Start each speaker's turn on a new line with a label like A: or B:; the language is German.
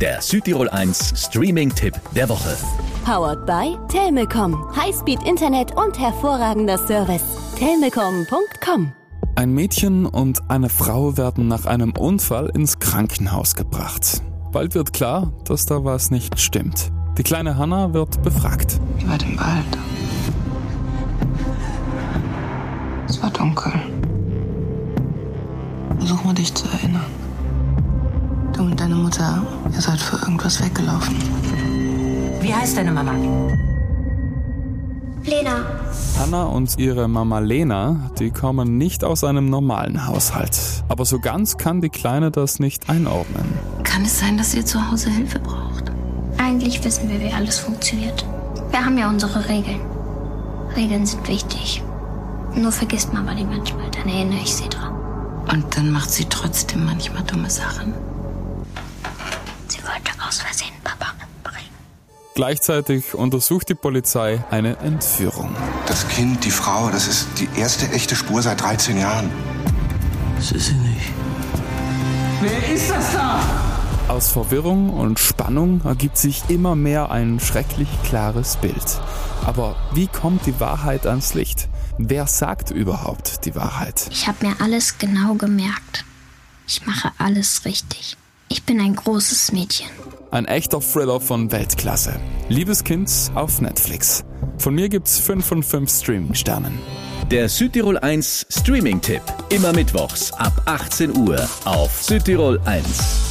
A: Der Südtirol 1 Streaming-Tipp der Woche.
B: Powered by Telmecom. Highspeed-Internet und hervorragender Service. Telmecom.com
C: Ein Mädchen und eine Frau werden nach einem Unfall ins Krankenhaus gebracht. Bald wird klar, dass da was nicht stimmt. Die kleine Hanna wird befragt.
D: Ich war im Wald. Es war dunkel. Versuch mal dich zu erinnern. Du und deine Mutter, ihr seid für irgendwas weggelaufen.
E: Wie heißt deine Mama?
F: Lena,
C: Hanna und ihre Mama Lena, die kommen nicht aus einem normalen Haushalt. Aber so ganz kann die Kleine das nicht einordnen.
G: Kann es sein, dass ihr zu Hause Hilfe braucht?
F: eigentlich wissen wir, wie alles funktioniert. Wir haben ja unsere Regeln. Regeln sind wichtig. Nur vergisst Mama die manchmal, dann erinnere ich sie dran.
G: Und dann macht sie trotzdem manchmal dumme Sachen.
F: Sie wollte aus Versehen Papa umbringen.
C: Gleichzeitig untersucht die Polizei eine Entführung.
H: Das Kind, die Frau, das ist die erste echte Spur seit 13 Jahren.
C: Aus Verwirrung und Spannung ergibt sich immer mehr ein schrecklich klares Bild. Aber wie kommt die Wahrheit ans Licht? Wer sagt überhaupt die Wahrheit?
F: Ich habe mir alles genau gemerkt. Ich mache alles richtig. Ich bin ein großes Mädchen.
C: Ein echter Thriller von Weltklasse. Liebes Kind auf Netflix. Von mir gibt's 5 von 5 Streaming-Sternen.
A: Der Südtirol 1 Streaming-Tipp. Immer mittwochs ab 18 Uhr auf Südtirol 1.